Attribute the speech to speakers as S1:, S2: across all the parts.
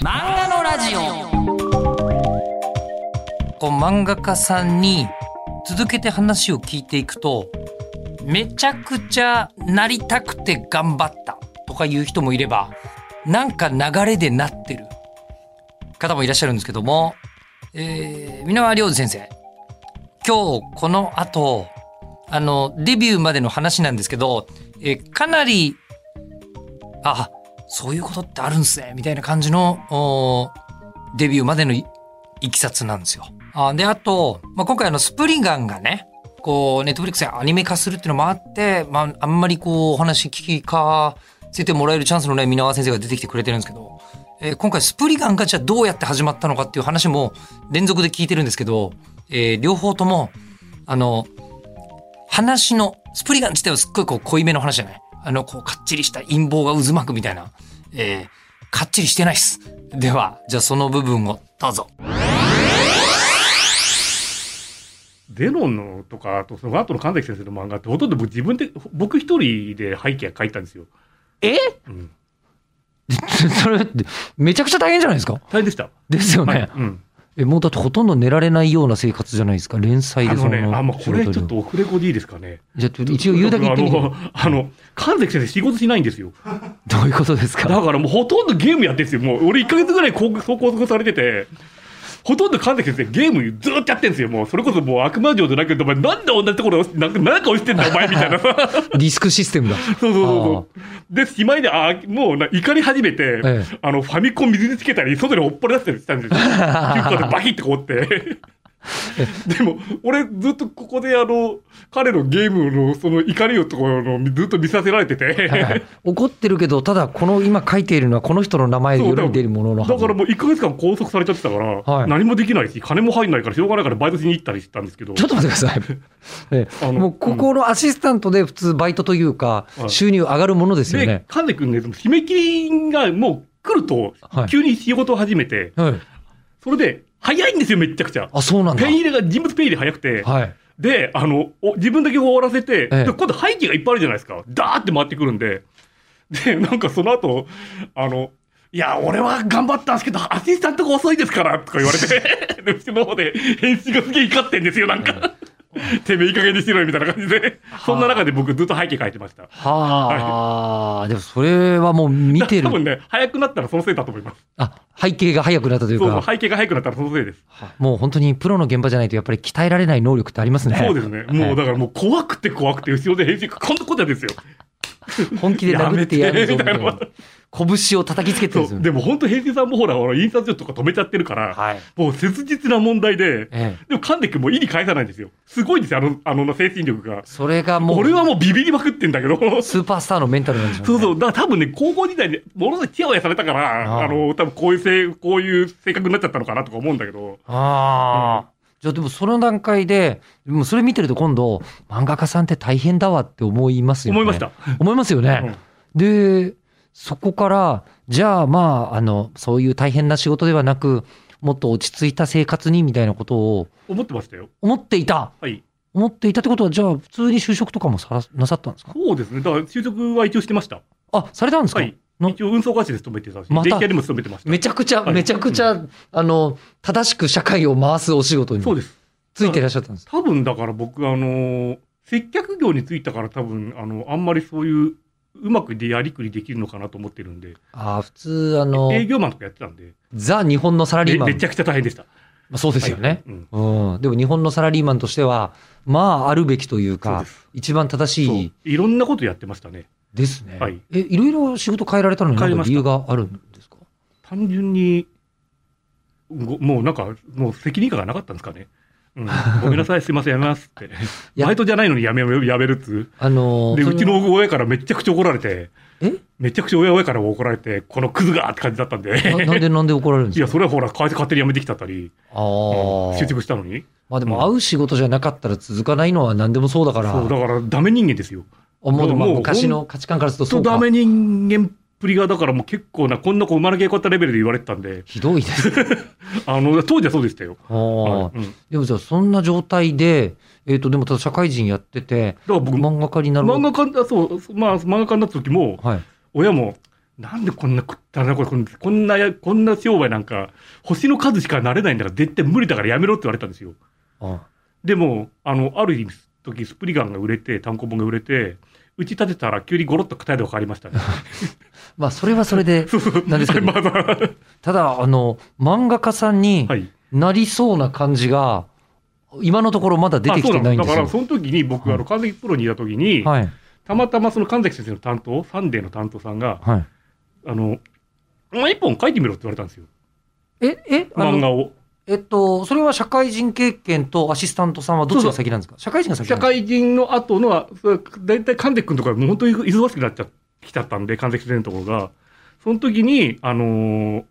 S1: 漫画のラジオ
S2: こう漫画家さんに続けて話を聞いていくとめちゃくちゃなりたくて頑張ったとかいう人もいればなんか流れでなってる方もいらっしゃるんですけども、えー、箕輪亮次先生今日この後あのデビューまでの話なんですけど、えーかなりあそういうことってあるんですねみたいな感じのおーデビューまでのいいきさつなんですよ。あであと、まあ、今回あのスプリガンがねこうネットフリックスでアニメ化するっていうのもあって、まあ、あんまりこうお話聞かせてもらえるチャンスのない箕輪先生が出てきてくれてるんですけど、えー今回スプリガンがじゃあどうやって始まったのかっていう話も連続で聞いてるんですけど、えー両方ともあの話の、スプリガン自体はすっごいこう濃いめの話じゃないあの、こう、かっちりした陰謀が渦巻くみたいな。えー、かっちりしてないっす。では、じゃあその部分をどうぞ。
S3: ゼロンのとか、あとその後の神崎先生の漫画って、ほとんど僕自分で、僕一人で背景書いたんですよ。
S2: え
S3: うん。
S2: それって、めちゃくちゃ大変じゃないですか
S3: 大変でした。
S2: ですよね、
S3: はいうん。
S2: え、もうだってほとんど寝られないような生活じゃないですか連載
S3: あ
S2: でそ
S3: の
S2: の
S3: ね、あ、まあ、これちょっ
S2: と。
S3: とオフレコでいいですかね。
S2: じゃあ、一応言うだけ言ってみて。
S3: あの、あの神崎先生仕事しないんですよ。
S2: どういうことです
S3: だ
S2: か
S3: からもうほとんどゲームやってるんですよ。もう俺1ヶ月ぐらい高校高校されてて、ほとんど神崎先生ゲームずーっとやってるんですよ。もうそれこそもう悪魔城じゃなくて、お前なんで同じところなんかなんか押してんだお前みたいな。そうそ
S2: デ
S3: う
S2: ィスクシステム だ。
S3: そうそう。で、しまいで、あーもうな怒り始めて、
S2: ええ
S3: あの、ファミコン水につけたり、外にほっぽり出したりしたんですよ。10でバキッて凍って。でも、俺ずっとここであの、彼のゲームのその怒りをところのずっと見させられてて。
S2: はいはい怒ってるけど、ただ、この今書いているのは、この人の名前より出るもののはず
S3: だからもう1ヶ月間拘束されちゃってたから、
S2: はい
S3: 何もできないし、金も入んないから、しょうがないからバイトしに行ったりしたんですけど、
S2: ちょっと待ってください。 ええ
S3: あの
S2: もうここのアシスタントで普通バイトというか、
S3: はい
S2: 収入上がるものですよ
S3: で
S2: ね、。
S3: 神くんね、その締め切りがもう来ると
S2: はい、
S3: 急に仕事を始めて、
S2: はい。
S3: それで、早いんですよ、めっちゃくちゃ。
S2: あ、そうなんだ
S3: ペン。入れが、人物ペン入れ早くて、
S2: はい。
S3: で、あの、お自分だけ終わらせて、
S2: ええ
S3: で今度背景がいっぱいあるじゃないですか。ダーって回ってくるんで。で、なんかその後、あの、いや、俺は頑張ったんですけど、アシスタントが遅いですから、とか 言われて、で、うちの方で返信がすげえ怒ってんですよ、なんか。てめえいい加減にしろよ、みたいな感じで。そんな中で僕ずっと背景書いてました。
S2: はあ、でもそれはもう見て
S3: 多分
S2: る。
S3: ね、早くなったらそのせいだと思います。
S2: あ、背景が早くなったという
S3: そうそう、
S2: か、
S3: 背景が早くなったらそのせいです。
S2: もう本当にプロの現場じゃないと、やっぱり鍛えられない能力ってありますね。
S3: そうですね。もう
S2: は
S3: だからもう怖くて怖くて、後ろで返信、こんなことやってんですよ。
S2: い本気で殴ってやるぞみたい
S3: やめ
S2: な
S3: て。
S2: 拳を叩きつけてるんです
S3: そ
S2: よ
S3: う。
S2: ね。
S3: でも本当平成さんもほら、ほら印刷所とか止めちゃってるから、
S2: はい。
S3: もう切実な問題で、
S2: ええ。
S3: でも神出君も意に返さないんですよ。すごいんですよ、あの、あの精神力が。
S2: それがもう、
S3: 俺はもうビビりまくってんだけど。
S2: スーパースターのメンタルなんでしょうね。
S3: そうそう。だから多分ね、高校時代でものすごいチヤホヤされたから、
S2: ああ
S3: あの、多分こういう性、こういう性格になっちゃったのかなとか思うんだけど。
S2: ああ、じゃあでもその段階で、でもそれ見てると今度、漫画家さんって大変だわって思いますよね。
S3: 思いました。。
S2: 思いますよね。で、そこから、じゃあまあ、あの、そういう大変な仕事ではなく、もっと落ち着いた生活にみたいなことを
S3: 思ってましたよ。
S2: 思っていた。
S3: はい。
S2: 思っていたってことは、じゃあ普通に就職とかもさらなさったんですか
S3: そうですね。だから就職は一応してました。
S2: あ、されたんですか、
S3: はい。
S2: な
S3: 一応運送会社で勤めてたし、
S2: また
S3: 電気屋でも勤めてました。
S2: めちゃくちゃ、
S3: はい
S2: めちゃくちゃ、あの、正しく社会を回すお仕事に
S3: そうです。
S2: ついていらっしゃったんです。
S3: 多分だから僕、あの接客業に就いたから多分、あの、あんまりそういう、うまくでやりくりできるのかなと思ってるんで、
S2: ああ、普通、あの、
S3: 営業マンとかやってたんで、
S2: ザ・日本のサラリ
S3: め
S2: ーマン。
S3: めちゃくちゃ大変でした。
S2: まあ、そうですよね、
S3: はいうん
S2: うん。でも日本のサラリーマンとしては、まあ、あるべきという
S3: そう
S2: か
S3: で、す
S2: 一番正
S3: そう
S2: しい
S3: いろんなことやってましたね。
S2: ですね。
S3: はい
S2: え、いろいろ仕事変えられたのに、
S3: 変え
S2: 何か
S3: ました
S2: 理由があるんですか
S3: 単純に、ごもうなんか、もう責任感がなかったんですかね。 うん、ごめんなさい、すいません、やめますって。
S2: や
S3: バイトじゃないのにやめよう、やめるっつ。
S2: あのー
S3: で、
S2: それ
S3: うちの親からめちゃくちゃ怒られて、
S2: え
S3: めちゃくちゃ親親からも怒られて、このクズがって感じだったん
S2: な
S3: で。
S2: なんで、なんで怒られるんで
S3: い
S2: す
S3: や、
S2: か
S3: それはほら、会社勝手に辞めてきたったり、
S2: あ
S3: うん就
S2: あ。
S3: 職したのに。
S2: まあでも、会う仕事じゃなかったら続かないのは何でもそうだから、
S3: そう、だからダメ人間ですよ。
S2: あもうまあ
S3: もう
S2: 昔の価値観からするとそ
S3: と
S2: うか
S3: ダ。メ人間っぷりが、だからもう結構な、こんな子生まれきゃよかったレベルで言われてたんで、
S2: ひどいです。
S3: あの、当時はそうでしたよ。
S2: あー
S3: はいうん、だか
S2: でもじゃあ、そんな状態で、えっ、と、でもただ社会人やってて、
S3: ら僕、
S2: 漫画家になる
S3: 漫画家、あそう、まあ、漫画家になった時も、
S2: はい。
S3: 親も、なんでこんなくったらないこれこんなこんなこんな商売なんか星の数しかなれないんだから絶対無理だからやめろって言われたんですよ
S2: うん。
S3: でもあのある日時スプリガンが売れて単行本が売れて打ち立てたら急にゴロッと答えが変わり ましたね
S2: まあ、それはそれで、
S3: そうそう
S2: なんですけど
S3: まあまあ
S2: ただ、あの、漫画家さんに
S3: はい
S2: なりそうな感じが、今のところまだ出てきてないんで
S3: あそうのだ
S2: す
S3: から
S2: よ。
S3: その時に僕あの神崎プロにいた時に、
S2: はい。
S3: たまたまその神崎先生の担当サンデーの担当さんが
S2: はい。
S3: あのお前一本書いてみろって言われたんですよ
S2: え、え、あ
S3: 漫
S2: の、
S3: 画を
S2: えっと、それは社会人経験とアシスタントさんはどっちが先なんですか社会人が先なん
S3: 社
S2: ですか
S3: 会人の後のは、それ大体神崎君とかもう本当に忙しくなっちゃきちゃったんで、神崎先生のところが。その時に、あのー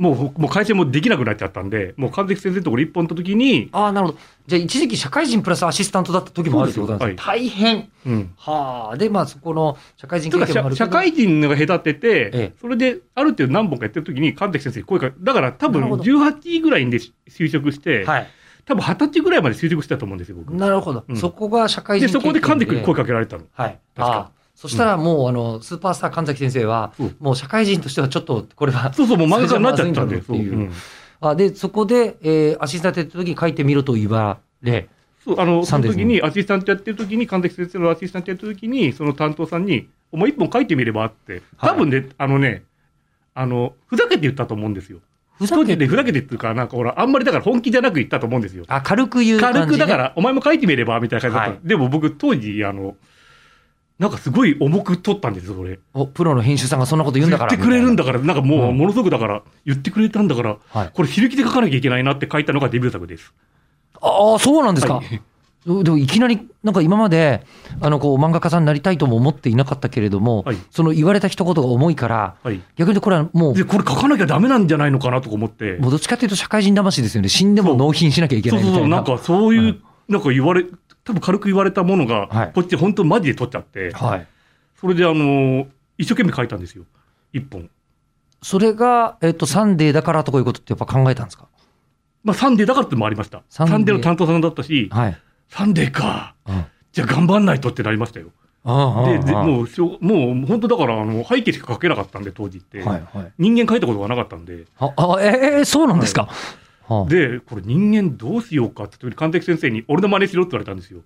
S3: もう、もう会社もできなくなっちゃったんで、もう神崎先生のところ一本の時に、
S2: ああ、なるほど。じゃあ、一時期社会人プラスアシスタントだった時もあるってことなんですね大変。
S3: うん。
S2: はあ。で、まあ、そこの社会人
S3: と
S2: 経
S3: か
S2: 験もあ
S3: 社
S2: るけど
S3: 社会人が隔てて、
S2: ええ
S3: それである程度何本かやってる時に神崎先生に声かけだから多分
S2: なるほど
S3: 18ぐらいで就職して、
S2: はい。
S3: 多分20歳ぐらいまで就職してたと思うんですよ、僕。
S2: なるほど。
S3: うん
S2: そこが社会人
S3: で、
S2: 経験
S3: そこで神崎君に声
S2: か
S3: かけられたの。
S2: はい。
S3: 確か
S2: ああ。そしたらもう、あの、スーパースター神崎先生は、
S3: うん
S2: もう社会人としてはちょっと、これは、
S3: そうそう、もう漫画家になっちゃったんで、
S2: そ
S3: そ
S2: れ
S3: う。
S2: じゃまずいんだろうっていう
S3: うん
S2: あで、そこで、えー、アシスタントやってる時に書いてみろと言われ、
S3: そう、あの、
S2: サ
S3: そ
S2: ン
S3: の
S2: デーズ
S3: 時に、アシスタントやってる時に、神崎先生のアシスタントやってる時に、その担当さんに、お前一本書いてみればって、
S2: はい
S3: 多分ね、あのね、あの、ふざけて言ったと思うんですよ。
S2: ふ
S3: 当時でふざけてっていうか、なんかほら、あんまりだから本気じゃなく言ったと思うんですよ。
S2: あ、軽く言う感じ、ね。
S3: 軽くだから、お前も書いてみればみたいな感じだった。
S2: は
S3: でも僕、当時、あの、なんかすごい重く取ったんですよ、それ。
S2: お。プロの編集さんがそんなこと言うんだから。
S3: 言ってくれるん
S2: だ。
S3: だから、なんかも
S2: う
S3: う、
S2: ん
S3: ものすごくだから、言ってくれたんだから、
S2: はい。
S3: これ、ひるきで書かなきゃいけないなって書いたのがデビュー作です。
S2: ああ、そうなんですか。
S3: はい
S2: ででもいきなり、なんか今まで、あの、こう、漫画家さんになりたいとも思っていなかったけれども、
S3: はい
S2: その言われた一言が重いから、
S3: はい。
S2: 逆にこれはもう、
S3: で、これ書かなきゃダメなんじゃないのかなとか思って。
S2: もうどっちかというと社会人魂ですよね。死んでも納品しなきゃいけ
S3: そ
S2: な
S3: う
S2: いみ
S3: そ
S2: たい
S3: うそう、な
S2: な。
S3: んかそういう、
S2: は
S3: なんか言われ、多分軽く言われたものが、
S2: はい
S3: こっち本当マジで取っちゃって、
S2: はい。
S3: それであのー一生懸命書いたんですよ。一本。
S2: それが、えっと、サンデーだからとかいうことってやっぱ考えたんですか
S3: まあ、サンデーだからってのもありました。
S2: サ
S3: サ
S2: ン
S3: ン
S2: デー
S3: デーの担当さんだったし、
S2: はい。
S3: サンデーか。
S2: うん。あ
S3: じゃあ頑張んないとってなりましたよ。
S2: あ
S3: で、で
S2: ああ
S3: もうしょ、もう本当だから、あの、背景しか書けなかったんで、当時って。
S2: はいはい。
S3: 人間書いたことがなかったんで、
S2: ああ、ええそうなんですか。はあ
S3: で、これ人間どうしようかって時に、神崎先生に、俺の真似しろって言われたんですよ。。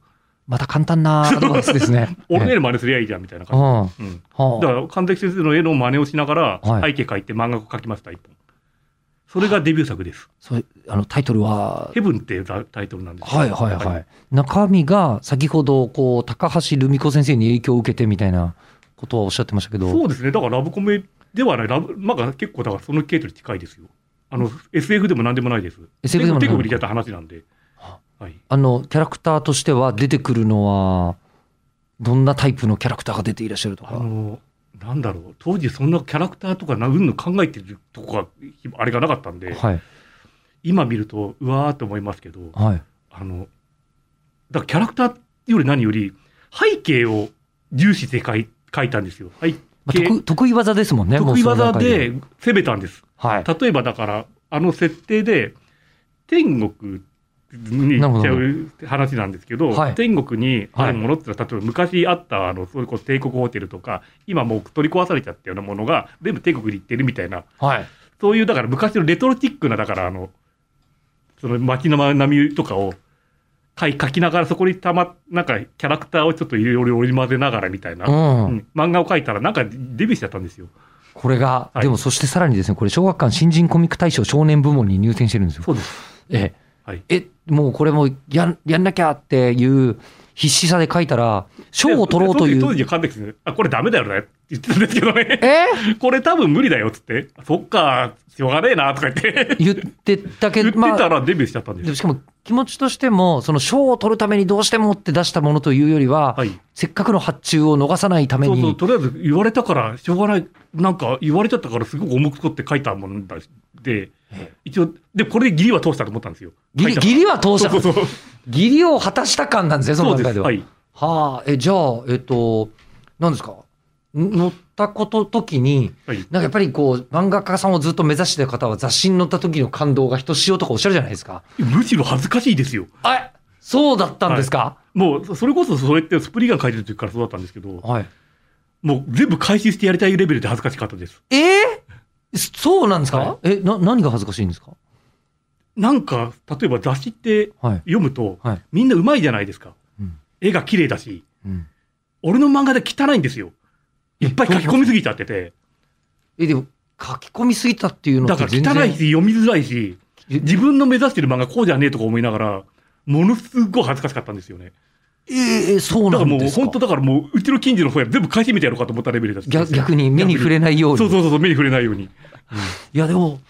S2: また簡単なアドバイスですね
S3: 俺の
S2: え
S3: 絵
S2: え
S3: の真似すりゃいいじゃん、みたいな
S2: うん。
S3: 感
S2: は
S3: じ。うん。
S2: あ
S3: だから神崎先生の絵の真似をしながら、
S2: は
S3: 背景描いて漫画を描きました、一本。それがデビュー作です。
S2: それあのタイトルは
S3: ヘブンっていうタイトルなんですけど
S2: はいはいはい、中身が先ほどこう高橋留美子先生に影響を受けてみたいなことはおっしゃってましたけど
S3: そうですね、だからラブコメではない、ラブまあ、結構だからその系統に近いですよ。あの、SF でもなんでもないです。
S2: SF でもなん
S3: 手
S2: でもな
S3: 首
S2: い
S3: 入れちゃった話なんで。はい。
S2: あのキャラクターとしては出てくるのはどんなタイプのキャラクターが出ていらっしゃると
S3: あ
S2: か
S3: の、なんだろう、当時そんなキャラクターとかな、うんの考えてるとこが、あれがなかったんで、
S2: はい
S3: 今見ると、うわーと思いますけど、
S2: はい
S3: あの、だからキャラクターより何より、背景を重視して書い書いたんですよ。はい
S2: まあ、
S3: け
S2: 得得意技ですもんねも
S3: 得
S2: う
S3: 意
S2: その
S3: 技
S2: 段階
S3: で攻めたんです。
S2: はい
S3: 例えばだから、あの設定で、天国に行っちゃう話なんですけど、
S2: はい
S3: 天国に
S2: はい
S3: あるものってのは、例えば昔あった、あの、そういうこう帝国ホテルとか、今もう取り壊されちゃったようなものが、全部天国に行ってるみたいな、
S2: はい
S3: そういう、だから昔のレトロチックな、だからあの、その街の波とかを書い書きながら、そこにたま、なんかキャラクターをちょっといろいろ織り交ぜながらみたいな、
S2: うん、
S3: うん漫画を書いたら、なんかデビューしちゃったんですよ。
S2: これが、
S3: はい
S2: でもそしてさらにですねこれ小学館新人コミック大賞少年部門に入選してるんですよ
S3: そうです。
S2: ええ
S3: はい
S2: え、もうこれもうやんやんなきゃっていう必死さで書いたら、賞を取ろうとい
S3: で当
S2: う。
S3: 時当時、神崎先生、あ、これダメだよねって言ってたんですけど ね。
S2: え
S3: これ多分無理だよっつって、そっか、しょうがねえなとか言って、
S2: 言ってたけ
S3: 言っ
S2: ど、
S3: てた
S2: あ、
S3: らデビューしちゃったんです
S2: でも
S3: よ。
S2: しかも気持ちとしても、その賞を取るためにどうしてもって出したものというよりは、
S3: はい。
S2: せっかくの発注を逃さないため
S3: そうそう、
S2: に、
S3: とりあえず言われたから、しょうがない、なんか言われちゃったから、すごく重くこって書いたもんだし、で、一応、で、これで義理は通したと思ったんですよ。
S2: ギリ、
S3: 書いたから
S2: ギリは通した。
S3: そうそうそう。
S2: ギリを果たした感なんですね、その
S3: そう
S2: 段
S3: で。
S2: 階ですは。
S3: はい。
S2: はあ、え、じゃあ、えっと、何ですかん乗ったこと時に、
S3: はい。
S2: なんかやっぱりこう、漫画家さんをずっと目指してた方は雑誌に載った時の感動がひとしおとかおっしゃるじゃないですか。
S3: むしろ恥ずかしいですよ。
S2: あそうだったんですか
S3: もう、それこそそれってスプリガン書いてる時からそうだったんですけど、
S2: はい。
S3: もう全部回収してやりたいレベルで恥ずかしかったです。
S2: えーそうなんですか、
S3: は
S2: え、な、何が恥ずかしいんですか
S3: なんか、例えば雑誌って
S2: はい。
S3: 読むと、
S2: はい。
S3: みんなうまいじゃないですか。
S2: うん
S3: 絵が綺麗だし、
S2: うん。
S3: 俺の漫画で汚いんですよ。いっぱい書き込みすぎちゃってて。
S2: え、でも、書き込みすぎたっていうの
S3: だ
S2: っ
S3: か
S2: て
S3: ら
S2: 全
S3: 汚
S2: 然。
S3: いし、読みづらいし、
S2: え
S3: 自分の目指してる漫画こうじゃねえとか思いながら、ものすごい恥ずかしかったんですよね。
S2: えーそう
S3: だか
S2: な
S3: ら
S2: ん
S3: もう、
S2: ですか
S3: 本当だからもう、うちの近所の本屋全部返してみてやろうかと思ったレベルだったんですよ
S2: 逆逆に目に触れないように。
S3: そうそうそうそう、目に触れないように。
S2: いや、でも、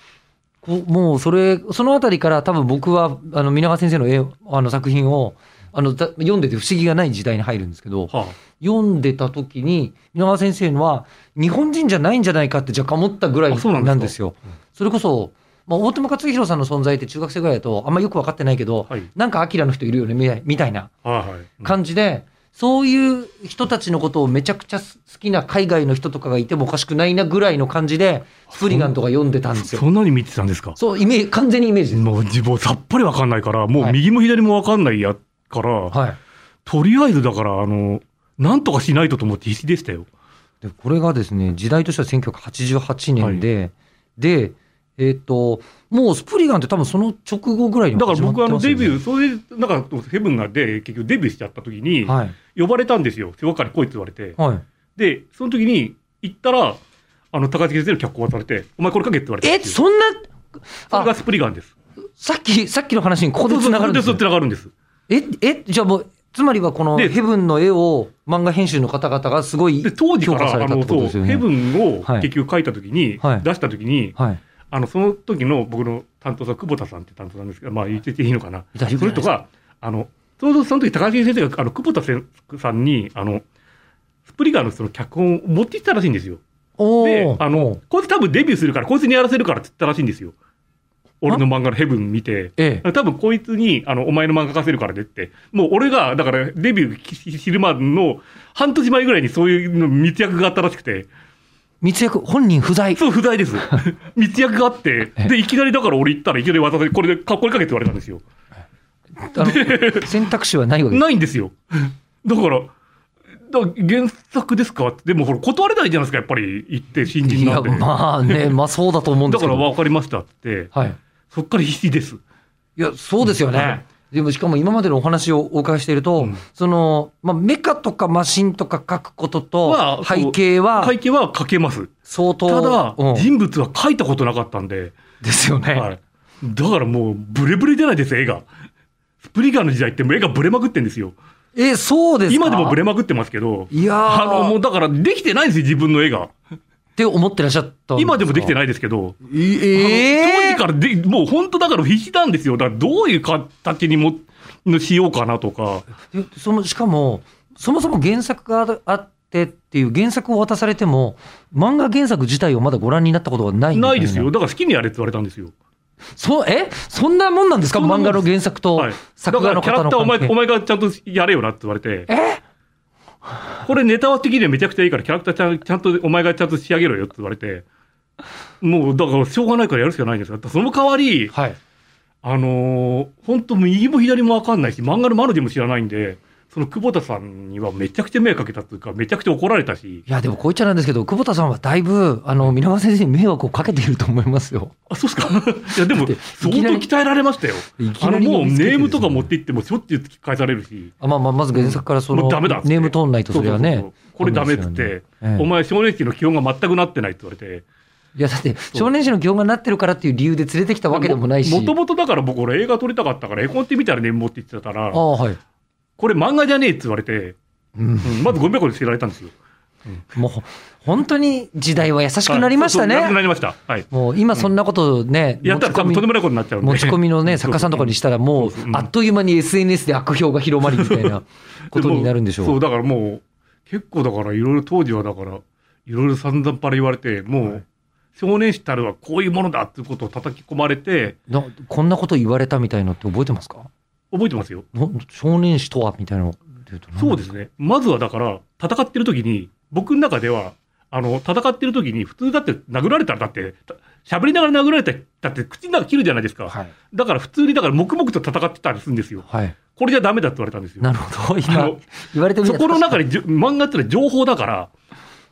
S2: こうもうそれ、そのあたりから多分僕は、あの、皆川先生の絵を、あの作品を、あの、だ読んでて不思議がない時代に入るんですけど、
S3: は
S2: 読んでた時に、皆川先生のは、日本人じゃないんじゃないかって若干思ったぐら
S3: あそうな
S2: い
S3: んです
S2: な
S3: か
S2: んですよ。それこそ、まあ、大友克洋さんの存在って中学生ぐらいだと、あんまよく分かってないけど、
S3: はい
S2: なんか、アキラの人いるよね、みたいみたいな。
S3: あ、はいはいうん。
S2: 感じで、そういう人たちのことをめちゃくちゃす好きな海外の人とかがいてもおかしくないなぐらいの感じで、スプリガンとか読んでたんですよ。
S3: そんなに見てたんですか
S2: そう、イメージ、完全にイメージです。
S3: もう自分さっぱりわかんないから、も
S2: は
S3: う
S2: い
S3: 右も左もわかんないやから、
S2: はい。
S3: とりあえずだから、あの、なんとかしないとと思って必死でしたよ。
S2: で、これがですね、時代としては1988年で、で、えっ、と、もうスプリガンって多分その直後ぐらいに
S3: だから僕、あの、デビ
S2: ー。
S3: ュー、それで、なんか、ヘブンがで、結局デビューしちゃった時に、
S2: はい。
S3: 呼ばれたんですよ。世話かに来いって言われて。
S2: はい。
S3: で、その時に、行ったら、あの、高槻先生の脚光を渡されて、お前これ書けって言われて。
S2: え、そんな、
S3: それ
S2: あ
S3: が、スプリガンです。
S2: さっき、さっきの話にここで
S3: そうそう
S2: 繋がるんです
S3: そ
S2: よ
S3: う繋がるんです。
S2: え、え、じゃあもう、つまりはこの
S3: で
S2: ヘブンの絵を漫画編集の方々がすごい
S3: で、当時
S2: 評
S3: か
S2: 価され
S3: ら、あ
S2: たっ
S3: の、
S2: てことです
S3: そ
S2: よ
S3: う、
S2: ね。
S3: ヘブンを
S2: はい
S3: 結局書いた時に、
S2: はい
S3: 出した時に、
S2: はい。
S3: あの、その時の僕の担当さん、久保田さんって担当なんですけど、まあ言っていいのかな。
S2: 大丈夫です
S3: それとか、あの、ちょうどその時、高橋先生が、あの、久保田せんさんに、あの、スプリガーのその脚本を持ってきたらしいんですよ。
S2: お
S3: で
S2: ー、
S3: あの、こいつ多分デビューするから、こいつにやらせるからって言ったらしいんですよ。俺の漫画のヘブン見て。
S2: ええ。
S3: 多分こいつに、あの、お前の漫画書せるからねって。もう俺が、だからデビュー昼間の半年前ぐらいにそういうの密約があったらしくて。
S2: 密約、本人不在。
S3: そう、不 在です。密約があって、で、いきなりだから俺行ったらいきなり渡されこれで、かこれかけって言われたんですよ。
S2: あ の選択肢はないわけです。
S3: ないんですよ。だから、だ原作ですかでもほら、断れないじゃないですか、やっぱり行って、新人
S2: い
S3: な
S2: や、
S3: んで。
S2: まあね、まあそうだと思うんで
S3: だ
S2: すけ
S3: か
S2: ど。
S3: ら分かりましたって、
S2: はい。
S3: そっから必死です。
S2: いや、そうですよ
S3: は
S2: ね
S3: い。
S2: でもしかも今までのお話をお伺いしていると、
S3: うん
S2: その、まあ、メカとかマシンとか書くこと
S3: は
S2: と、
S3: そう
S2: 背景は
S3: 会計は書けます。
S2: 相当、
S3: ただ、
S2: うん
S3: 人物は書いたことなかったんで、
S2: ですよね。
S3: はい。だからもう、ブレブレじゃないです、絵が。スプリガーの時代ってもう絵がブレまくってんですよ。
S2: え、そうですか
S3: 今でもブレまくってますけど、
S2: いやー
S3: あの、もうだからできてないんですよ、自分の絵が。
S2: って思ってらっしゃったん
S3: 今でもできて
S2: い。
S3: ないですけど、
S2: ええ
S3: あの当時からで、もう本当だから必死なんですよ。だからどういう形にも、のしようかなとか。
S2: でそのしかも、そもそも原作があるあってっていう、原作を渡されても、漫画原作自体をまだご覧になったことがないみた
S3: ないですよ。。だから好きにやれって言われたんですよ。
S2: そえそんなもんなんですか、
S3: そんな
S2: 漫
S3: もんで
S2: 画
S3: す
S2: の原作と
S3: はい。だ
S2: 作
S3: か
S2: 画
S3: ら
S2: の
S3: キャラ
S2: 方
S3: ク
S2: の
S3: ターお
S2: 関
S3: 前、
S2: 係、
S3: お前がちゃんとやれよなって言われて。
S2: え
S3: これネタ的にはめちゃくちゃいいから、キャラクターちゃんちゃんと、お前がちゃんと仕上げろよって言われて。もうだからしょうがないからやるしかないんですよ。だからその代わり、
S2: はい、
S3: あのー、本当右も左もわかんないし、漫画のマルでも知らないんで、その久保田さんにはめちゃくちゃ迷惑かけたというか、めちゃくちゃ怒られたし。
S2: いや、でもこう言っちゃなんですけど、久保田さんはだいぶ、あの皆川先生に迷惑をかけていると思いますよ。
S3: あ、そうっすか いや、でも、
S2: だって
S3: 相
S2: いき
S3: 当
S2: なり
S3: 鍛えられましたよ。
S2: いき
S3: あ
S2: な
S3: の、
S2: り
S3: もう
S2: 見つけて
S3: ネームとか
S2: ですね
S3: 持って行ってもしょっちゅう突き返されるし。
S2: あまあまあ、まず原作からその、
S3: もうダメだっつって
S2: ネーム通んないとそれは
S3: そう
S2: ね
S3: そうそう。これダメっつっ
S2: ダメで
S3: て、
S2: すよねええ
S3: お前少年期の基本が全くなってないって言われて。
S2: いや、だって、少年誌の行がなってるからっていう理由で連れてきたわけでもないし。
S3: もともとだから僕、俺映画撮りたかったから、絵コンテみたいなネーム持って行ってたら
S2: あ、あ、はい。
S3: これ漫画じゃねえって言われて、
S2: うん
S3: うんまずゴミ箱に捨てられたんですよ。
S2: もう本当に時代は優しくなりましたね。
S3: はいそうそうなくなりました。はい。
S2: もう今そんなことをね、
S3: やったら多分とんでもないことになっちゃうんで。
S2: 持ち込みのね、作家さんとかにしたらもう
S3: そうそうう、ん
S2: あっという間に SNS で悪評が広まりみたいなことになるんでしょう。
S3: そう、だからもう、結構だから、いろいろ当時はだから、いろいろ散々から言われて、もう、少年誌たるはこういうものだっていうことを叩き込まれて、
S2: なこんなこと言われたみたいのって覚えてますか
S3: 覚えてますよ。
S2: の少年誌とはみたいなのって言うと何
S3: そうですね。まずはだから、戦ってる時に、僕の中では、あの、戦ってる時に、普通だって殴られたら、だって、た喋りながら殴られたら、だって口の中切るじゃないですか。
S2: はい。
S3: だから普通に、だから黙々と戦ってたりするんですよ。
S2: はい。
S3: これじゃダメだって言われたんですよ。
S2: なるほど。
S3: あ
S2: 今
S3: の、
S2: 言われてみ
S3: そ
S2: たら
S3: この中にじゅ漫画ってのは情報だから、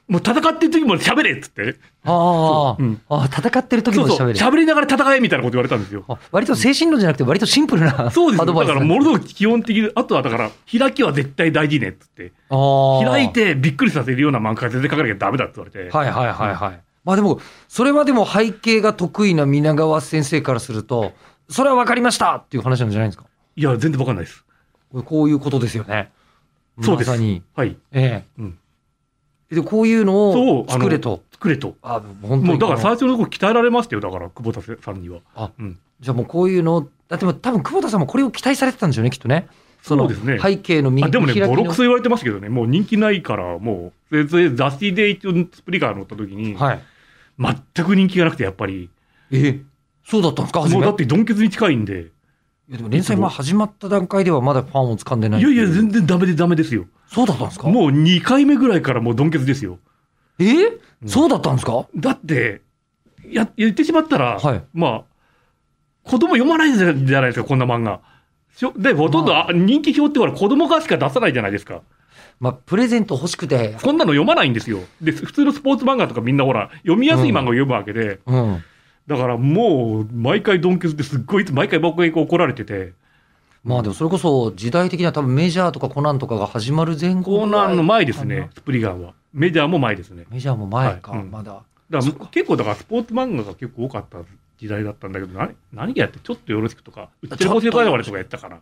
S3: もう戦ってる時も喋れっつって。
S2: あ
S3: そううん
S2: あ、ああ、戦ってる時
S3: そ
S2: も
S3: うそう。
S2: 喋る。
S3: 喋りながら戦えみたいなこと言われたんですよ。
S2: あ割と精神論じゃなくて、割とシンプルなア
S3: そうですよ
S2: ドバイス
S3: だから、ものすごく基本的に、あとはだから、開きは絶対大事ねっつって。
S2: ああ
S3: 開い。てびっくりさせるような漫画は全然書かなきゃダメだって言われて。
S2: はいはいはいはい。まあでも、それはでも背景が得意な皆川先生からすると、それは分かりましたっていう話なんじゃないんですか
S3: いや、全然わかんないです。
S2: これこういうことですよね。
S3: そうです
S2: まさに。
S3: はい。
S2: ええ。
S3: うん
S2: で、こういうの
S3: そう
S2: を、
S3: あの
S2: 作れと。
S3: 作れと。
S2: あ、もう本当に。
S3: もうだから最初の頃鍛えられましたよ、だから、久保田さんには。
S2: じゃあもうこういうのを、だってもう多分久保田さんもこれを期待されてたんですよね、きっとね。の
S3: そうですね
S2: 背景の見
S3: あでもね、
S2: 見開き
S3: ボ
S2: の
S3: ロクソ言われてましたけどね、もう人気ないから、もう、でそれで雑誌で一応、スプリガー乗った時に、
S2: はい。
S3: 全く人気がなくて、やっぱり、
S2: えそうだったんですか初
S3: もう
S2: め
S3: だって、ドンケツに近いんで、
S2: いやでも連載まあ始まった段階ではまだファンを掴んでないい。
S3: やいや、全然ダメでダメですよ。
S2: そうだったんですか
S3: もう2回目ぐらいからもうドンケツですよ。
S2: えそうだったんですか
S3: だって、や、言ってしまったら、
S2: はい
S3: まあ、子供読まないじゃないですか、こんな漫画。しょで、ほとんど、
S2: まあ
S3: あ人気表ってほら、子供からしか出さないじゃないですか。
S2: まあ、プレゼント欲しくて。
S3: こんなの読まないんですよ。で、普通のスポーツ漫画とかみんなほら、読みやすい漫画を読むわけで、
S2: うん。
S3: だからもう、毎回ドンケツですっごい、毎回僕が怒られてて、
S2: まあでもそれこそ時代的な多分メジャーとかコナンとかが始まる前後。
S3: コーナーの前ですね。、スプリガンは。メジャーも前ですね。
S2: メジャーも前か、
S3: はいうん
S2: まだ。
S3: だか
S2: そ
S3: ら
S2: っか
S3: 結構だからスポーツ漫画が結構多かった時代だったんだけど、何何やって、ちょっとよろしくとか、うっちの星の会とかでとかやったから。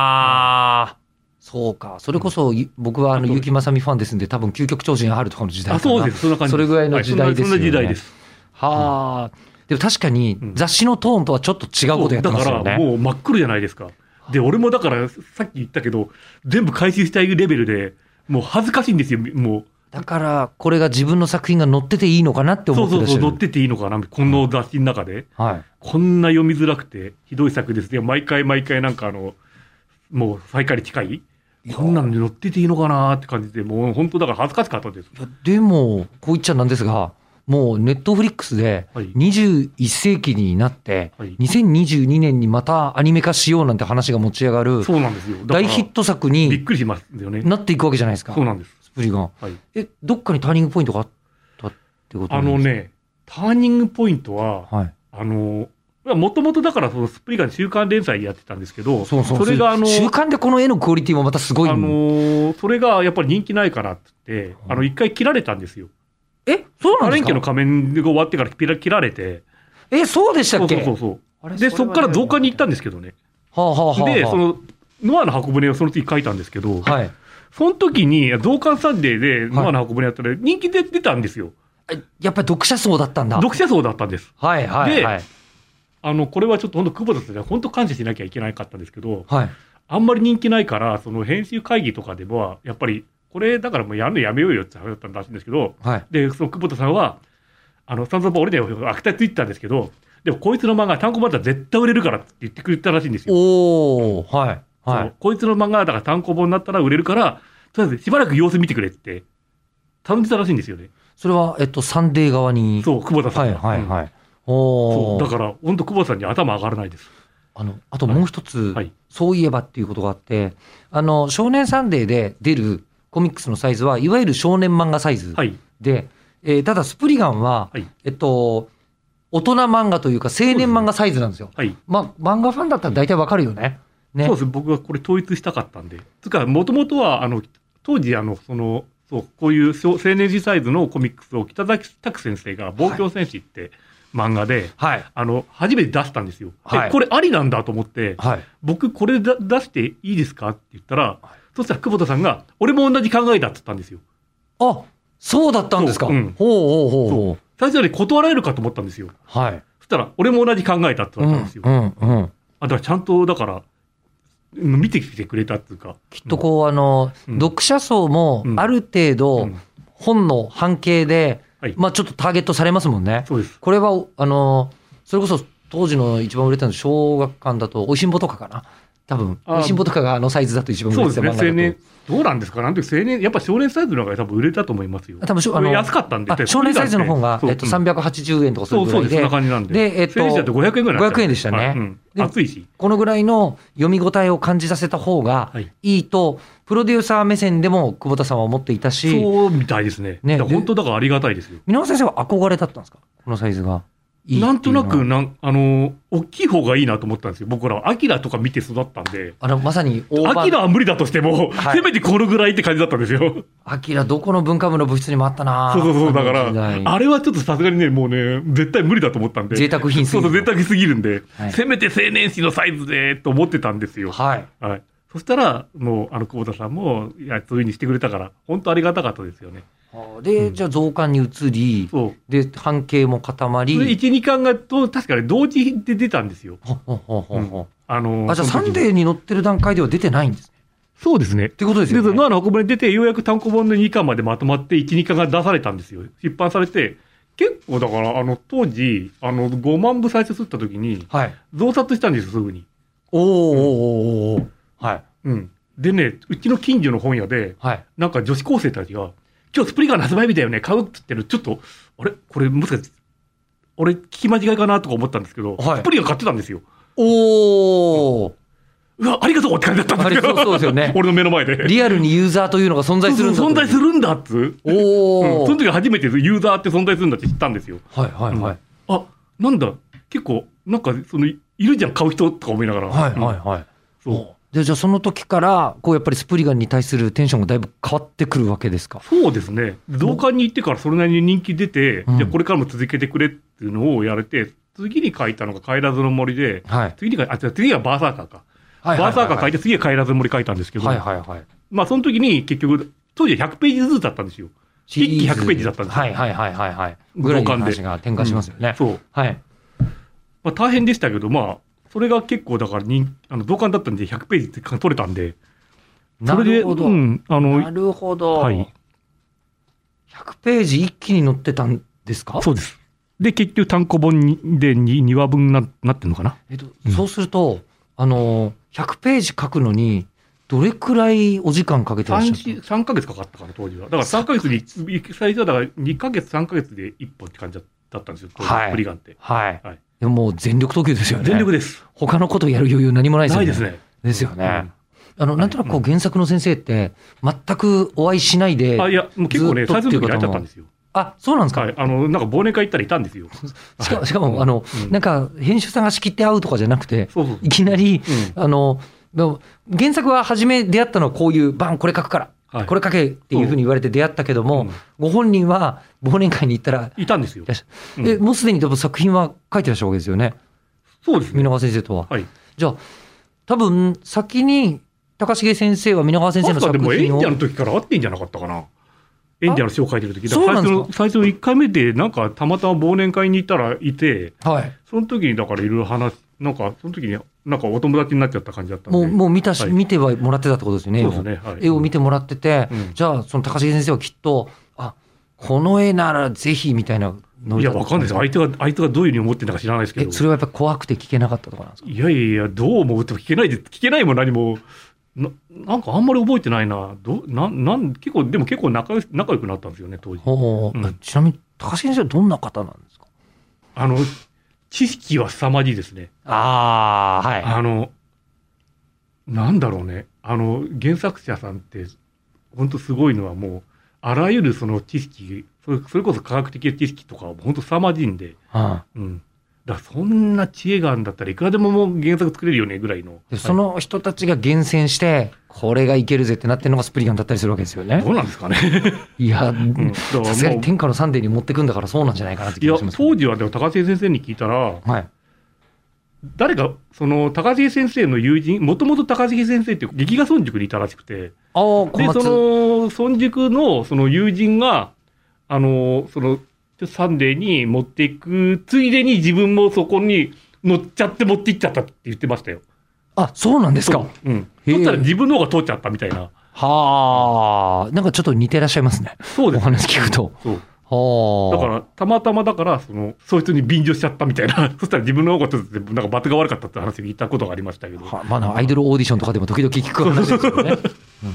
S4: あ
S2: そうか。それこそ、い僕はあの、
S3: あと
S2: ゆきまさみファンですんで、多分究極超人あるとかの時代
S3: あ、
S2: かな
S3: そうです。そんな感じ
S2: それぐらいの時代ですよね
S3: はいそんなそんな時代です。
S2: はあ、でも確かに
S3: うん
S2: 雑誌のトーンとはちょっと違うことやって
S3: だ
S2: ます
S3: か
S2: よね。
S3: らもう真っ黒じゃないですか。で、俺もだから、さっき言ったけど、全部回収したいレベルで、もう恥ずかしいんですよ、もう。
S2: だから、これが自分の作品が載ってていいのかなって
S3: そ
S2: 思
S3: う
S2: ってら
S3: そう
S2: っし
S3: そ
S2: ゃ
S3: う、
S2: る。
S3: 乗ってていいのかな、この雑誌の中で。
S2: はい。
S3: こんな読みづらくて、ひどい作ですね。毎回毎回なんかあの、もう最下位に近いこんなのに乗ってていいのかなって感じで、もう本当だから恥ずかしかったです。
S2: いやでも、こう言っちゃなんですが、もうネットフリックスで
S3: はい
S2: 21世紀になって、
S3: はい
S2: 2022年にまたアニメ化しようなんて話が持ち上がる
S3: そうなんですよ。だから
S2: 大ヒット作
S3: びっ
S2: に
S3: くりしますよね。
S2: なっていくわけじゃないですか
S3: そ、うなんです。
S2: スプリガン。
S3: はい。
S2: え、どっかにターニングポイントがあったってこと
S3: あ
S2: なん
S3: の
S2: です
S3: ね、ターニングポイントは、
S2: か。はい。
S3: あの、もともとだからそのスプリガン週刊連載やってたんですけど、
S2: そうそう
S3: れがあの、
S2: 週刊でこの絵のクオリティもまたすごい
S3: あ
S2: んで
S3: の、それがやっぱり人気ないからって言って、あの、一回切られたんですよ。
S2: え、そうな
S3: ア
S2: んで
S3: レ
S2: す
S3: ン家の
S2: か
S3: 仮面が終わってから切ら切られて、
S2: え、そうでした
S3: そ
S2: っ
S3: うそう
S2: け
S3: そうそう。
S2: あれ
S3: で、そこから増刊に行ったんですけどね。
S2: はあはあはあはあ
S3: で、その、ノアの箱舟をその次書いたんですけど、
S2: はい。
S3: その時に増刊サンデーでノアの箱舟やったら人気で出たんですよ。
S2: やっぱり読者層だったんだ。
S3: 読者層だったんです。
S2: はいはい
S3: で
S2: はい。
S3: あの、これはちょっと本当久保田さんには本当感謝しなきゃいけなかったんですけど、
S2: はい。
S3: あんまり人気ないから、その編集会議とかでも、やっぱり、これだからもうやるのやめようよって話だったらしいんですけど、
S2: はい。
S3: で、その久保田さんは、あの、散々俺ね、悪態ついてたんですけど、でもこいつの漫画、単行本だったら絶対売れるからって言ってくれたらしいんですよ。
S2: おー、はい。は
S3: そ。
S2: いう
S3: こいつの漫画だから単行本になったら売れるから、とりあえずしばらく様子見てくれって、頼んでたらしいんですよね。
S2: それは、えっと、サンデー側に。
S3: そう、久保田さ
S2: は
S3: ん
S2: いはい
S3: い。
S2: はい。
S3: うん
S2: お
S3: そ
S2: お。
S3: うだから、本当久保田さんに頭上がらないです。
S2: あの、あともう一つ、
S3: はい
S2: そういえばっていうことがあって、あの、少年サンデーで出るコミックスのサイズは、いわゆる少年漫画サイズ
S3: はい。
S2: で、えーただスプリガンは、
S3: はい
S2: えっと、大人漫画というか青年漫画サイズなんですよ。
S3: はい。
S2: まあ、漫画ファンだったら大体わかるよね。ね。
S3: そうです。僕はこれ統一したかったんで。つうか、もともとは、あの、当時、あの、その、そう、こういう少青年時サイズのコミックスを北崎拓先生が、望郷戦士って漫画で、
S2: はい。
S3: あの、初めて出したんですよ。
S2: は
S3: はいこれありなんだと思って、
S2: はい。
S3: 僕これだ出していいですかって言ったら、そしたら久保田さんが、俺も同じ考えだって言ったんですよ。
S2: あ、そうだったんですか。
S3: そうう
S2: ほ
S3: ん
S2: うほうほうほう。
S3: 最初はね、断られるかと思ったんですよ。
S2: はい。
S3: そしたら、俺も同じ考えだって言われたんですよ。
S2: うん、うん、うん。
S3: あ、だからちゃんと、だから、見てきてくれたっていうか。
S2: きっとこう、あの、
S3: うん
S2: 読者層も
S3: うん
S2: ある程
S3: うん、
S2: 度
S3: うん
S2: 本の半径で、
S3: はい
S2: まあちょっとターゲットされますもんね。
S3: そうです。
S2: これは、あの、それこそ当時の一番売れたの小学館だと、おいしんぼとかかな。多分、
S3: あー
S2: 美味しんぼとかがあのサイズだと一番
S3: そ
S2: 売
S3: う
S2: れ
S3: で
S2: てた
S3: す
S2: 漫
S3: ね、
S2: 画だと
S3: 青年、どうなんですか、なんていう青年、やっぱ少年サイズの方が多分売れたと思いますよ。
S2: 多分しょあの
S3: 安かったんで、
S2: あ少年サイズの方が、
S3: そう
S2: えっと、380円とかそ
S3: そ
S2: れぐ
S3: う
S2: らい
S3: そうです、
S2: で
S3: そんな感じなんで。
S2: でえっと
S3: セージだと500円ぐらいだった
S2: 500円でしたね
S3: はいうん
S2: で
S3: 暑いし。
S2: このぐらいの読み応えを感じさせた方が
S3: はい
S2: いいと、プロデューサー目線でも久保田さんは思っていたし、
S3: そうみたいですね。
S2: ね
S3: ね本当だからありがたいですよ。
S2: 皆川先生は憧れだったんですかこのサイズがいいっていうの
S3: な
S2: は。
S3: んとなくなん、あのー大きい方がいいなと思ったんですよ。僕らは、アキラとか見て育ったんで、
S2: あの、まさに大
S3: アキラ
S2: 盤、
S3: は無理だとしても、
S2: はい
S3: せめてこのぐらいって感じだったんですよ。
S2: アキラどこの文化部の部室にもあったな
S3: そうそうそう、だか
S2: あの時代
S3: ら、あれはちょっとさすがにね、もうね、絶対無理だと思ったんで。
S2: 贅沢品すぎ
S3: そう
S2: る
S3: そう、贅沢すぎるんで、
S2: はい
S3: せめて青年誌のサイズで、と思ってたんですよ。
S2: はい。
S3: はい。そしたら、もう、あの、久保田さんも、いや、そういうふうにしてくれたから、本当ありがたかったですよね。
S2: で、じゃあ増刊に移り、
S3: そう。
S2: で、半径も固ま
S3: それ
S2: り、
S3: 1、2巻がと、確かに同時で出たんですよ。
S2: ほほほほほ
S3: あのー
S2: あ、じゃあ
S3: そ
S2: サ
S3: の時
S2: ンデーに載ってる段階では出てないんですね。
S3: そうですね
S2: っ。てことですよ
S3: で、ノ
S2: ね。
S3: アの箱舟に出て、ようやく単行本の2巻までまとまって、1、2巻が出されたんですよ。出版されて、結構だから、あの、当時、あの、5万部最初すった時に、
S2: はい。
S3: 増刷したんですよ、すぐに。
S2: おーおーおーおーおーはい。
S3: うん。でね、うちの近所の本屋で、
S2: はい。
S3: なんか女子高生たちが、今日スプリガーの発売日だよね、買うって言ってる、ちょっと、あれこれ、もしかして、俺、聞き間違いかなとか思ったんですけど、
S2: はい
S3: スプリガー買ってたんですよ。
S2: おお、
S3: うわ、ありがとうって感じだったんですけ
S2: あ
S3: ど、
S2: れそうそうですよね
S3: 俺の目の前で。
S2: リアルにユーザーというのが存在するんだ
S3: そうそう存在するんだっつ
S2: お
S3: うん
S2: お、
S3: その時初めてユーザーって存在するんだって知ったんですよ。
S2: はいはいはい、
S3: あなんだ、結構、なんかそのいいるじゃん、買う人とか思いながら。
S2: はいはい
S3: うん
S2: はい
S3: そう
S2: でじゃあその時からこうやっぱりスプリガンに対するテンションがだいぶ変わってくるわけですか
S3: そうですね、増刊に行ってからそれなりに人気出て、
S2: うん
S3: じゃあこれからも続けてくれっていうのをやれて、次に書いたのが帰らずの森で、
S2: はい
S3: 次に書いあ違う次はバーサーカーか。
S2: はいはい
S3: バーサーカー書
S2: はい
S3: いて、次は帰らずの森書いたんですけど、
S2: はいはいはい
S3: まあその時に結局、当時は100ページずつだったんですよ。
S2: シリーズ
S3: 一気100ページだったんですよ
S2: はいはいはいはいはいぐらいの
S3: 同感で
S2: 話が転換しますよね、
S3: そう。
S2: はい
S3: まあ大変でしたけど、まあ、それが結構だから人、あの同感だったんで、100ページって取れたんで、
S2: な
S3: それで、
S2: るほど、
S3: うん、
S2: な
S3: あの、
S2: るほど、
S3: はい
S2: 100ページ一気に載ってたんですか
S3: そうです。で、結局単行本にで 2, 話分ななってるのかな
S2: えっと、そうすると、あのー、100ページ書くのに、どれくらいお時間かけてらっしゃる
S3: 3, 三ヶ月かかったかな、当時は。だから3ヶ月に、最初はだから2ヶ月、3ヶ月で1本って感じだったんですよ、当時
S2: はい
S3: ブリガンって。
S2: はい。
S3: はい
S2: でももう全力投球ですよね。
S3: 全力です。
S2: 他のことやる余裕何もないですよ
S3: ない
S2: ね。
S3: です。ね。
S2: ですよね。あの、なんとなくこう
S3: う
S2: ん原作の先生って、全くお会いしないで、
S3: あいや、もう結構ね、
S2: ずっと
S3: 最
S2: ってい
S3: 初の
S2: う
S3: 時
S2: こ
S3: に
S2: と
S3: 会
S2: も
S3: っちゃったんですよ。
S2: あ、そうなんですか、
S3: はい。あの、なんか忘年会行ったらいたんですよ。
S2: しか
S3: はい
S2: しかも、あの、
S3: うん
S2: なんか、編集さんが仕切って会うとかじゃなくて、
S3: そうそうそう
S2: いきなり、
S3: う
S2: あの、でも原作は初め出会ったのはこういう、バン、これ書くから、
S3: はい
S2: これ書けっていうふうに言われて出会ったけども、
S3: うん
S2: ご本人は忘年会に行ったら、
S3: いたんですよ
S2: いらっ。しゃ
S3: うん
S2: でもうすでに多分作品は書いてらっしゃるわけですよね、
S3: そうですね
S2: 皆。川先生とは。
S3: はい。
S2: じゃあ、多分先に高重先生は皆川先生
S3: 確
S2: の
S3: か
S2: 作
S3: でもエン
S2: 品を
S3: ディア。の時から会ってんじゃなかったかな。エンディアの詩を書いてる時だ
S2: そう
S3: から
S2: なん
S3: 最
S2: です
S3: 初
S2: か
S3: の、最初の1回目で、なんかたまたま忘年会に行ったらいて、
S2: はい、
S3: その時にだからいろいろ話、なんかその時になんかお友達になっちゃった感じだったんで。
S2: もうもう見たし、
S3: はい
S2: 見てはもらってたってことですよね、絵を
S3: そうですねはい
S2: 絵を見てもらってて、
S3: うん
S2: じゃあ、その高重先生はきっと、あこの絵ならぜひみたいなノ
S3: い
S2: リだ
S3: や、
S2: った
S3: わかんないです。相手が、相手がどういうふうに思ってんだか知らないですけ
S2: え
S3: ど。
S2: それはやっぱ怖くて聞けなかったとかなんですか
S3: いやいやいや、どう思うって聞けないで、聞けないも何も、ななんかあんまり覚えてないな。どうなん、なん、結構、でも結構仲良し仲良くなったんですよね、当時。
S2: ほう
S3: うん
S2: ちなみに高重先生はどんな方なんですか
S3: あの、知識は凄まじいですね。
S2: ああはい
S3: あの、なんだろうね。あの、原作者さんって、本当すごいのはもう、あらゆるその知識、それそれこそ科学的な知識とかは本当凄まじいんで、
S2: うん
S3: うん。だからそんな知恵があるんだったらいくらでももう原作作れるよねぐらいの。
S2: でその人たちが厳選して、これがいけるぜってなってるのがスプリガンだったりするわけですよね
S3: ど。うなんですかね。
S2: いや、
S3: うんだからもう
S2: さすがに天下のサンデーに持ってくんだからそうなんじゃないかなって
S3: い
S2: 気
S3: や
S2: がしま、すけど。
S3: 当時はでも高瀬先生に聞いたら、
S2: はい。
S3: 誰か、その高瀬先生の友人、もともと高瀬先生って劇画村塾にいたらしくて、
S2: ああ、小
S3: で、
S2: 松。
S3: その、孫塾の、その友人が、あの、その、サンデーに持っていく、ついでに自分もそこに乗っちゃって持って行っちゃったって言ってましたよ。
S2: あ、そうなんですか。
S3: うん。
S2: へえ
S3: そしたら自分の方が通っちゃったみたいな。
S2: はあ。なんかちょっと似てらっしゃいますね。
S3: そう
S2: お
S3: です。
S2: 話聞くと。
S3: そう。
S5: はあ。
S3: だから、たまたまだから、その、そいつに便乗しちゃったみたいな。 そしたら自分の方がちょっと、なんかバトが悪かったって話を聞いたことがありましたけど。
S5: はまあな、アイドルオーディションとかでも時々聞く話ですよ ね。うん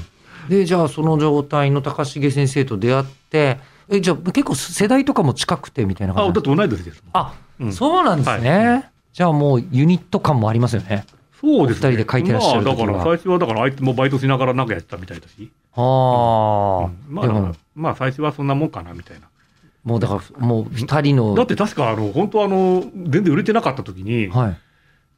S5: でじゃあその状態の高重先生と出会ってえじゃあ結構世代とかも近くてみたいな感
S3: あ、だっ
S5: じ
S3: て同い年ですもん。
S5: あ
S3: うん
S5: そうなんですね、じゃあもうユニット感もありますよね
S3: そうですね。
S5: お二人で書いてらっしゃる
S3: まあ、
S5: 時は
S3: だから、最初はだから、あいつもバイトしながらなんかやってたみたいだし。
S5: はあ、
S3: うんまあ
S5: で
S3: だか
S5: も
S3: ら、まあ、最初はそんなもんかな、みたいな。
S5: もうだからもう二人の
S3: だって確か、あの、本当あの、全然売れてなかった時に、
S5: はい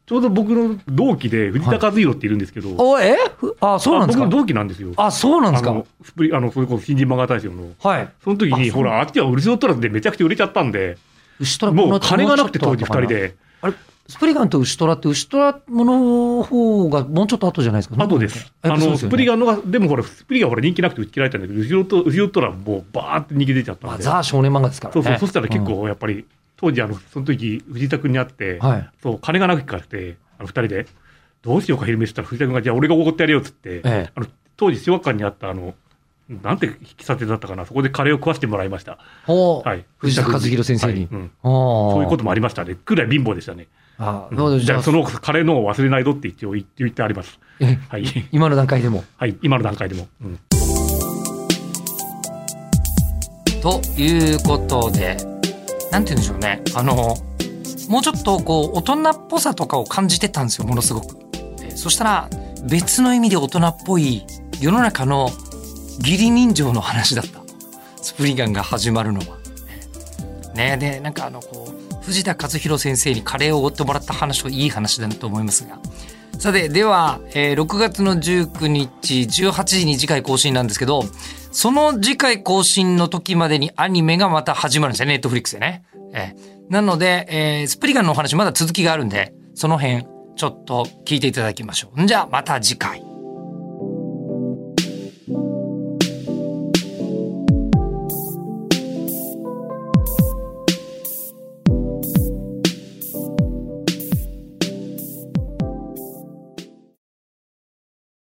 S3: ちょうど僕の同期で、藤田和弘っているんですけど、
S5: おえふあそうなんです
S3: あ
S5: か
S3: 僕の同期なんですよ。
S5: あそうなんです
S3: あ
S5: か
S3: のスプリあの、それこそ新人漫画大賞の。
S5: はい
S3: その時
S5: あそ
S3: に、
S5: う
S3: ほら、あっちは売れそうとらずでめちゃくちゃ売れちゃったんで、
S5: 牛虎
S3: もう金がなくて
S5: も
S3: 当
S5: う
S3: 時
S5: ちょ
S3: 二
S5: っと後か
S3: 人
S5: な
S3: で。
S5: あれスプリガンと牛虎って牛虎の方がもうちょっと後じゃないですか
S3: 後です。
S5: や
S3: あ
S5: っぱそう
S3: の、
S5: ですよね
S3: スプリガンのが、でもほら、スプリガンほら人気なくて打ち切られたんだけど、後ろと、後ろとらもうバーって逃げ出ちゃった
S5: ま
S3: ん
S5: あ、
S3: で。
S5: ザ少年漫画ですからね。
S3: そうそう、そしたら結
S5: うん、
S3: 構やっぱり、当時あの、その時、藤田君に会って、
S5: はい。
S3: そう、金がなくて、あの、二人で、どうしようか、昼飯したら藤田君が、じゃあ俺がおごってやれよっつって、
S5: ええ
S3: あの、当時、小学館にあったあの、なんて喫茶店だったかな、そこでカレーを食わしてもらいました。
S5: ほう、
S3: はい。
S5: 藤田和弘先生に。
S3: はいうん
S5: ほ
S3: そういうこともありましたね。くらい貧乏でしたね。
S5: あ
S3: う
S5: なるほど
S3: んじ
S5: じ
S3: ゃ
S5: ゃ
S3: あ、
S5: あ、
S3: そ
S5: その、
S3: のカレーのを忘れないぞって一応言って言ってあります。
S5: え
S3: はい。
S5: 今の段階でも。
S3: はい。今の段階でも。うん
S2: ということで、なんて言うんでしょうね。あの、もうちょっとこう、大人っぽさとかを感じてたんですよ、ものすごく。でそしたら、別の意味で大人っぽい、世の中の義理人情の話だった。スプリガンが始まるのは。ねで、なんかあの、こう、藤田和弘先生にカレーをおごってもらった話はいい話だなと思いますが。さて、では、えー6月の19日、18時に次回更新なんですけど、その次回更新の時までにアニメがまた始まるんですよね、ネットフリックスでね。えーなので、えースプリガンのお話まだ続きがあるんで、その辺、ちょっと聞いていただきましょう。んじゃあ、また次回。